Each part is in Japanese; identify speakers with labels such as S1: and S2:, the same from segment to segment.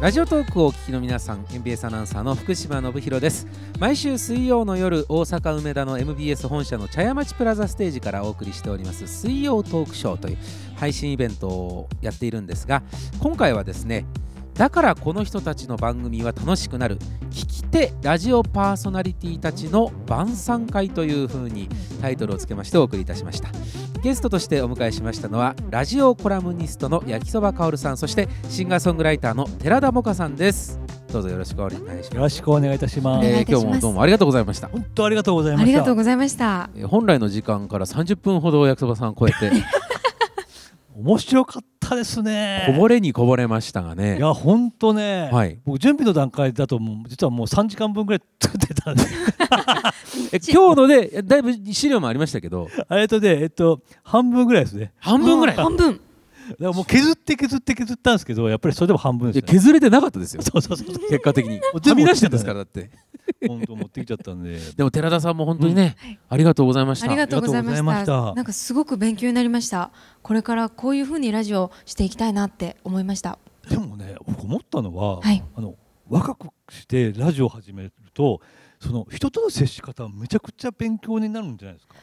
S1: ラジオトークをお聞きの皆さん MBS アナウンサーの福島信弘です毎週水曜の夜大阪梅田の MBS 本社の茶屋町プラザステージからお送りしております水曜トークショーという配信イベントをやっているんですが今回はですねだからこの人たちの番組は楽しくなる聞き手ラジオパーソナリティたちの晩餐会というふうにタイトルをつけましてお送りいたしましたゲストとしてお迎えしましたのはラジオコラムニストの焼きそばかおるさんそしてシンガーソングライターの寺田もかさんですどうぞよろしくお願いし
S2: よ
S1: ま
S2: ろ
S1: す
S2: しくお願いいたします。
S1: えー今日もどうもありがとうございました
S2: 本当ありがとうございま
S3: あ
S2: し
S3: り
S2: た。
S3: がとうございました。
S1: えー本来の時間から30分ほど焼きそばさん超え て
S2: 面白かったですね。
S1: こぼれにこぼれましたがね
S2: いや本当ね。
S1: はい
S2: 僕準備の段階だともう実はもう3時間分ぐらい 作ってたんで
S1: え今日のでだいぶ資料もありましたけど
S2: あれとねえっと 半分ぐらいですね。
S1: 半分ぐらい
S3: 半分。
S2: だからもう削って削って削ったんですけどやっぱりそれでも半分
S1: い
S2: で
S1: や
S2: すね。
S1: 削れてなかったですよ
S2: そうそうそう。
S1: 結果的には
S2: 全部
S1: み出してんですからだって
S2: 本当持ってきちゃったんで。
S1: でも寺田さんも本当にね、ありがとうございました
S3: ありがとうございま
S2: あ
S3: し
S2: りがとうございま
S3: た。
S2: した
S3: なんかすごく勉強になりました。これからこういう風にラジオしていきたいなって思いました。
S2: でもね僕思ったのは、
S3: はい
S2: あの若くしてラジオを始めるとその人との接し方はめちゃくちゃ勉強になるんじゃないですか。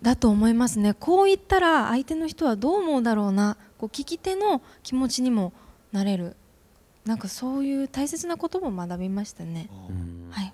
S3: だと思いますね。こう言ったら相手の人はどう思うだろうな。こう聞き手の気持ちにもなれる。なんかそういう大切なことも学びましたね。
S1: うんい
S3: はい。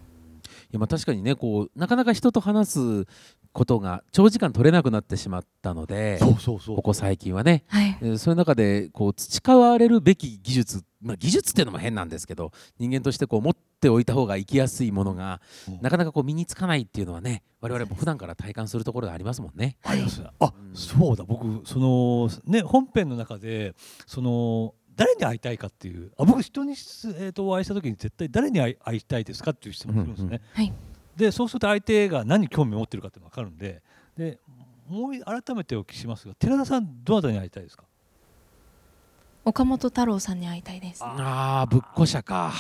S1: やまあ確かにねこうなかなか人と話すことが長時間取れなくなってしまったので
S2: そうそうそう
S1: こ。こ最近はね
S3: はい。
S1: えーそういう中でこう培われるべき技術、まあ、技術っていうのも変なんですけど人間としてこう持っておいた方が生きやすいものが
S2: うん
S1: なかなかこう身につかないっていうのはね我々も普段から体感するところがありますもんね。
S2: ありますね。あ、そうだ。僕そのね本編の中でその誰に会いたいかっていう。あ、僕人にすえっ、とお会いした時に絶対誰に会い会いたいですかっていう質問をするんですね。
S1: うんうん
S3: はい。
S2: で、そうすると相手が何に興味を持ってるかっていうのがわかるんで、で、もう一改めてお聞きしますが、寺田さんどなたに会いたいですか。
S3: 岡本太郎さんに会いたいです。
S1: あーぶっこしゃか。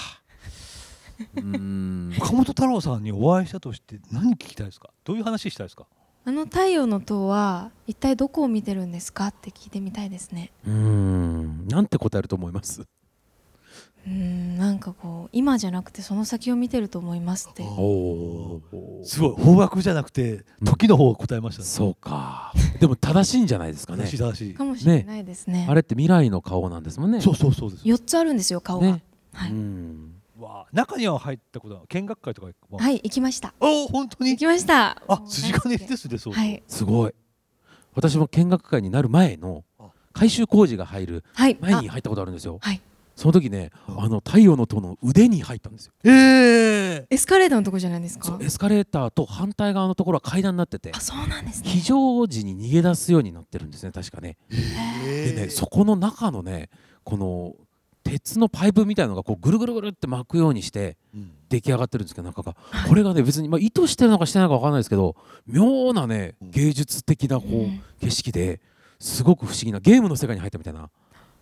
S1: うーん
S2: 岡本太郎さんにお会いしたとして何聞きたいですか。どういう話したいですか。
S3: あの太陽の塔は一体どこを見てるんですかって聞いてみたいですね。
S1: うーんなんて答えると思います
S3: うーんなんかこう今じゃなくてその先を見てると思いますって
S1: おー
S2: すごい方角じゃなくて時の方を答えましたね。
S1: そうかでも正しいんじゃないですかね
S2: 正しい正しい
S3: か。もしれないですね
S1: あれって未来の顔なんですもんね
S2: そうそうそうです。
S3: 4つあるんですよ顔が、
S1: ね
S3: は
S1: う
S3: い、
S1: ん
S2: わあ中には入ったことは見学会とかは
S3: はい、行きました
S2: おお本当
S3: 行
S2: に
S3: きました
S2: あ筋金ですすねそう
S3: はい
S1: すごい私も見学会になる前の
S2: あ
S1: 改修工事が入る
S3: はい
S1: 前
S3: あ
S1: に入ったことあるんですよ
S3: はい
S1: その時ね
S2: うん
S1: あの太陽の塔の腕に入ったんですよ
S2: ええ
S3: エスカレーターのとこじゃないです
S1: そ
S3: か
S1: うエスカレーターと反対側のところは階段になってて
S3: あそうなんですね
S1: 非常時に逃げ出すようになってるんですね確かねでねそこの中のねこの鉄のパイプみたいのがこうぐるぐるぐるって巻くようにして
S2: うん
S1: 出来上がってるんですけど中がこれがね別に、まあ、意図してるのかしてないのか分かんないですけど妙なね
S2: うん
S1: 芸術的なこう、
S3: うん
S1: 景色ですごく不思議なゲームの世界に入ったみたいな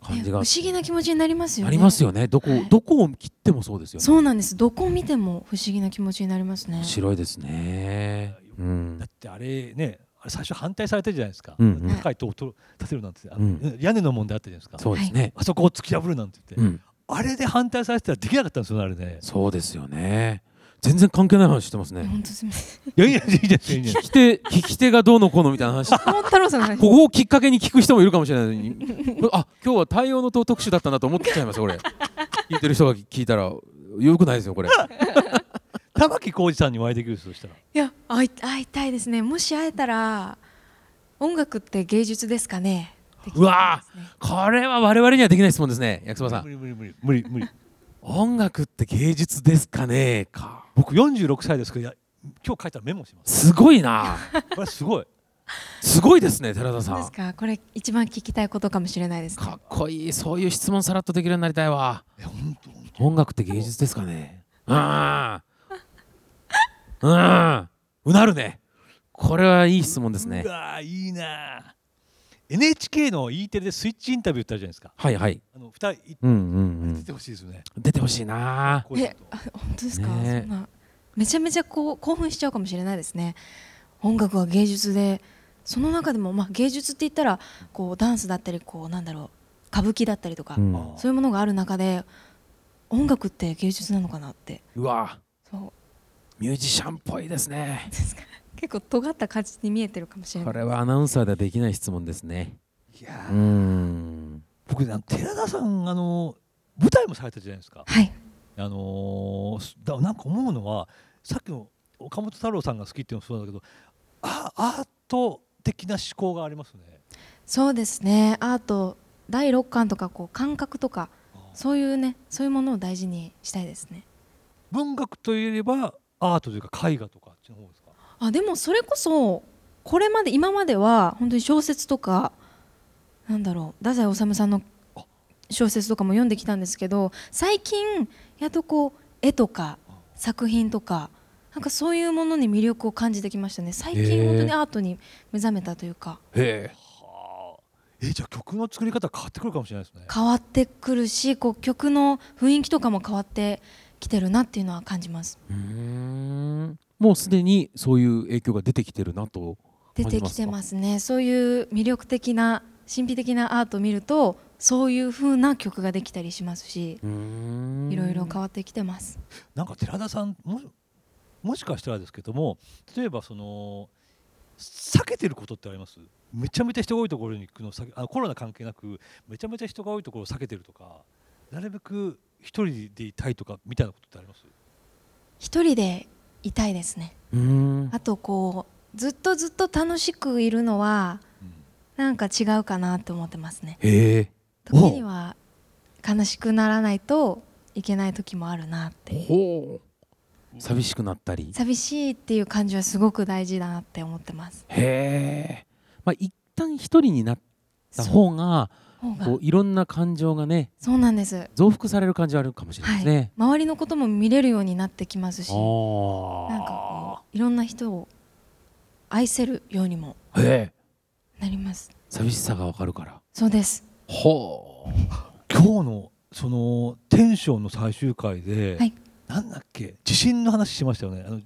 S1: 感
S3: ね
S1: じ
S3: 不
S1: が、
S3: 思議な気持ちになりますよ
S1: あ
S3: ね
S1: りますよねどこ、
S3: はい
S1: どこを切ってもそうですよね
S3: そうなんですどこを見ても不思議な気持ちになりますね
S1: 面白いですね、うん
S2: だってあれねあれ最初反対されてるじゃないですか、
S1: うんうん
S2: 高い塔を取る建てるなんてあの
S1: うん
S2: 屋根の問題あったじゃないですか
S1: そうですね、
S2: あそこを突き破るなんて言って、
S1: うん、
S2: あれで反対されてたらできなかったんですよねあれね
S1: そうですよね全然関係ない話してますね
S3: 本当すみません
S2: いやいやいいですよいいです
S1: 聞き手聞き手がどうのこうのみたいな話
S3: 桃太郎さんの話
S1: ここをきっかけに聞く人もいるかもしれないのにあ今日は太陽の塔特集だったんだと思っちゃいますこれ聞いてる人が聞いたらよくないですよこれ
S2: 玉置浩二さんにお会いできるとしたら
S3: いや会い会いたいですねもし会えたら音楽って芸術ですかねって聞きたいで
S1: う
S3: すね
S1: わこれは我々にはできない質問ですね焼きそばさ
S2: 無
S1: ん
S2: 理無理無理無理無理
S1: 音楽って芸術ですかねか
S2: 僕46歳ですけどいや今日書いたらメモします
S1: すごいな
S2: これすごい
S1: すごいですね寺田さ
S3: そうで
S1: ん
S3: すかこれ一番聞きたいことかもしれないですね
S1: かっこいいそういう質問さらっとできるようになりたいわ
S2: え本当
S1: 音楽って芸術ですかねああうんうなるねこれはいい質問ですね
S2: うわーいいなあ NHK の E テレでスイッチインタビューってあるじゃないですか
S1: はいはい
S2: あの二人い
S1: うんうん
S2: 出てほしいですよね、
S1: うん出てほしいな
S2: こういう
S3: え
S2: こと
S3: あ本当ですか、
S1: ねえ
S3: そんなめちゃめちゃこう興奮しちゃうかもしれないですね音楽は芸術でその中でも、まあ、芸術って言ったらこうダンスだったりこうなんだろう歌舞伎だったりとか、
S1: うん
S3: そういうものがある中で音楽って芸術なのかなって
S1: うわ
S3: そう
S1: ミュージシャンっぽいですね
S3: 結構尖った感じに見えてるかもしれな
S1: こ
S3: い
S1: れはアナウンサーではできない質問ですね
S2: いや
S1: うー
S2: ー
S1: ん
S2: 僕ねあの寺田さんあの舞台もされたじゃないですか
S3: はい
S2: あのーすだなんか思うのはさっきの岡本太郎さんが好きっていうのもそうなんだけどあアート的な思考がありますね。
S3: そうですねアート第6巻とかこう感覚とかそういうねそういうものを大事にしたいですね
S2: 文学といえばアートというか絵画とかあっちの方ですか
S3: あでもそれこそこれまで今までは本当に小説とかなんだろう太宰治さんの小説とかも読んできたんですけど最近やっとこう絵とか作品とかなんかそういうものに魅力を感じてきましたね最
S1: へ
S3: 近
S1: ー
S3: 本当にアートに目覚めたというか
S1: へ
S2: はあえじゃあ曲の作り方変わってくるかもしれないですね。
S3: 変わってくるしこう曲の雰囲気とかも変わってきてるなっていうのは感じます
S1: えんもうすでにそういう影響が出てきてるなと
S3: 出
S1: 感じ
S3: て
S1: ま
S3: き
S1: すか
S3: てますねそういう魅力的な神秘的なアートを見るとそういう風な曲ができたりしますし
S1: うーん
S3: いろいろ変わってきてます
S2: なんか寺田さんもしもしかしたらですけども例えばその避けてることってありますめちゃめちゃ人が多いところに行くの避けあコロナ関係なくめちゃめちゃ人が多いところを避けてるとかなるべく一人でいたいとかみたいなことってあります
S3: 一人でいたいですね
S1: うーん
S3: あとこうずっとずっと楽しくいるのはなんか違うかなと思ってますね
S1: へえ
S3: 時には悲しくならないといけない時もあるなって
S1: ほう寂しくなったり
S3: 寂しいっていう感じはすごく大事だなって思ってます
S1: へえまあ一旦一人になった方が
S3: 方が
S1: こういろんな感情がね
S3: そうなんです
S1: 増幅される感じはあるかもしれないですね、
S3: 周りのことも見れるようになってきますし
S1: あ
S3: なんかこういろんな人を愛せるようにも
S1: あへえ
S3: なります
S1: 寂しさがわかるから
S3: そうです
S1: ほう
S2: 今日のそのテンションの最終回で、
S3: はい
S2: なんだっけ地震の話しましたよねあの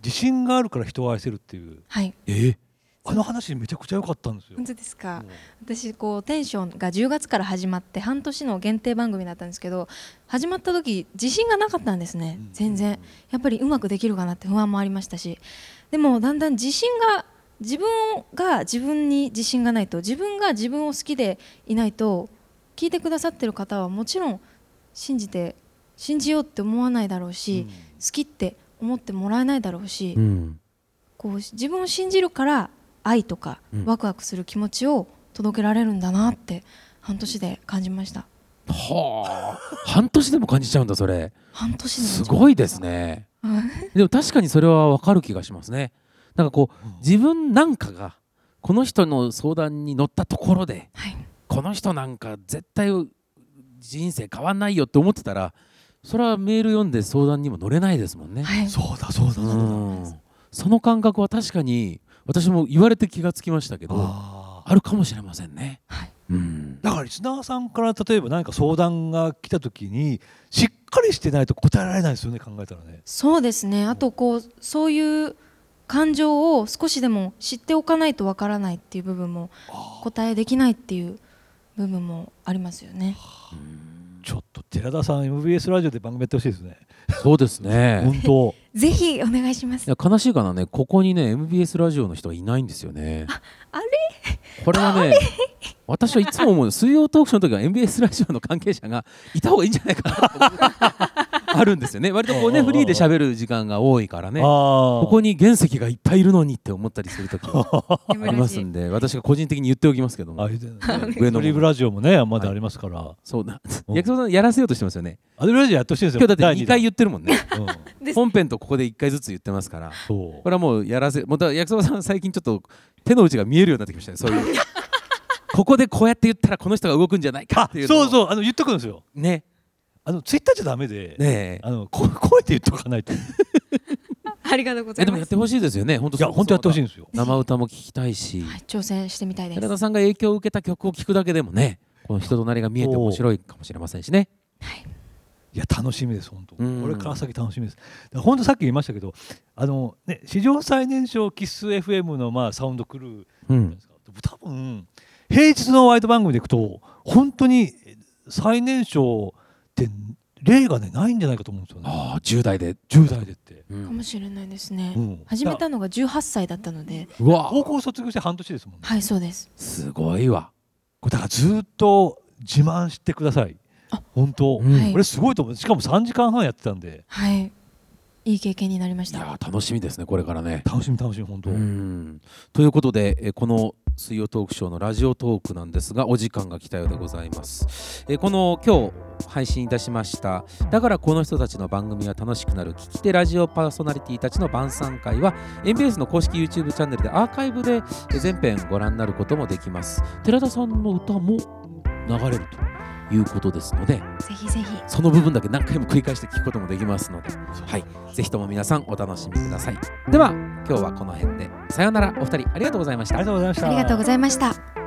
S2: 地震があるから人を愛せるっていう
S3: はい
S1: え
S2: あの話めちゃくちゃ良かったんですよ。
S3: 本当ですか
S2: もう
S3: 私こうテンションが10月から始まって半年の限定番組だったんですけど始まった時自信がなかったんですね全然やっぱりうまくできるかなって不安もありましたしでもだんだん自信が自分が自分に自信がないと自分が自分を好きでいないと聞いてくださってる方はもちろん信じて信じようって思わないだろうし、
S2: うん
S3: 好きって思ってもらえないだろうし、
S1: うん
S3: こう自分を信じるから愛とか
S1: うん
S3: ワクワクする気持ちを届けられるんだなって半年で感じました
S1: はあ半年でも感じちゃうんだそれ
S3: 半年です
S1: ごいですね
S3: うん
S1: でも確かにそれはわかる気がしますねなんかこう自分なんかがこの人の相談に乗ったところで
S3: はい
S1: この人なんか絶対人生変わんないよって思ってたらそれはメール読んで相談にも乗れないですもんね、
S3: はい
S2: そうだそうだそうだ。
S1: うんその感覚は確かに私も言われて気がつきましたけどあ
S2: あー
S1: るかもしれませんね、
S3: はい
S1: うん、
S2: だからリスナーさんから例えば何か相談が来た時にしっかりしてないと答えられないですよね考えたらね。
S3: そうですねあとこうそういう感情を少しでも知っておかないとわからないっていう部分も答えできないっていう部分もありますよね
S2: ちょっと寺田さん MBS ラジオで番組やってほしいですね。
S1: そうですね
S2: 本当。
S3: ぜひお願いしま
S1: い
S3: す
S1: や悲しいかなねここにね MBS ラジオの人はいないんですよね
S3: あれ
S1: これはね私はいつも思う水曜トークショーの時は MBS ラジオの関係者がいた方がいいんじゃないかなと思うあるんですよね割とこうね
S2: うんうんう
S1: フ
S2: ん
S1: リーで喋る時間が多いからねこ
S2: ああ。
S1: こに原石がいっぱいいるのにって思ったりする時が
S3: あ
S1: ありますんで私が個人的に言っておきますけど
S2: あ
S1: も
S2: れだよね
S1: 上
S2: ド
S1: の
S2: リブラジオもねまだありますから。
S1: そうだ
S2: うん
S1: 役所さんやらせようとしてますよね
S2: アドリブラジオやってほしいんです
S1: 今日
S2: よ。
S1: だって2回
S2: 第
S1: 言ってるもんね
S2: 二弾。うん
S3: です
S1: 本編とここで1回ずつ言ってますから
S2: そう
S1: こ。れはもうやらせ、また焼きそばさん最近ちょっと手の内が見えるようになってきましたね。そう いう。ここでこうやって言ったらこの人が動くんじゃないか
S2: あ
S1: っていうのを。
S2: そうそうあの言っとくんですよ。
S1: う。ね。
S2: あのツイッターじゃダメで。
S1: ねえ。
S2: あのこ声で言っとかないと。い
S3: ありがとうござ
S1: え
S3: い
S1: でも
S3: ま
S1: やっ
S3: す
S1: てほしいですよね。本当
S2: や本当やってほしいん
S1: い。
S2: ですよ。
S1: 生歌も聞きたいし、
S3: はい挑戦してみたいです
S1: 寺田さんが影響を受けた曲を聞くだけでもね、この人となりが見えて面白いかもしれませんしね。
S2: いや楽しみです本当、
S1: うん
S2: これから先楽しみですだから本当さっき言いましたけどあの、ね、史上最年少キッス FM の、まあ、サウンドクルーじ
S1: う
S2: ゃない
S1: ん
S2: で。すか、多分平日のワイド番組でいくと本当に最年少って例がねないんじゃないかと思うんですよね
S1: ああ10代で、
S2: 10代でって、
S1: う
S3: か
S1: ん
S3: もしれないですね、
S2: うん
S3: 始めたのが18歳だったので
S1: うわ
S2: 高校卒業して半年ですもんね
S3: はいそうです
S1: すごいわ、
S2: これだからずっと自慢してください
S3: あ
S2: 本当、
S1: うん
S3: はい
S2: これすごいと思うしかも3時間半やってたんで
S3: はいいい経験になりまし
S1: いや
S3: た
S1: ー楽しみですねこれからね。
S2: 楽しみ楽しみ本当、
S1: うんということで、えーこの水曜トークショーのラジオトークなんですがお時間が来たようでございます、えーこの今日配信いたしましただからこの人たちの番組は楽しくなる聞き手ラジオパーソナリティたちの晩餐会は MBS の公式 YouTube チャンネルでアーカイブでえー全編ご覧になることもできます寺田さんの歌も流れるということですので
S3: ぜひぜひ
S1: その部分だけ何回も繰り返して聞くこともできますので、はい、ぜひとも皆さんお楽しみください。では今日はこの辺でさようならお二人ありがとうございました
S2: ありが。とうございました
S3: ありがとうございました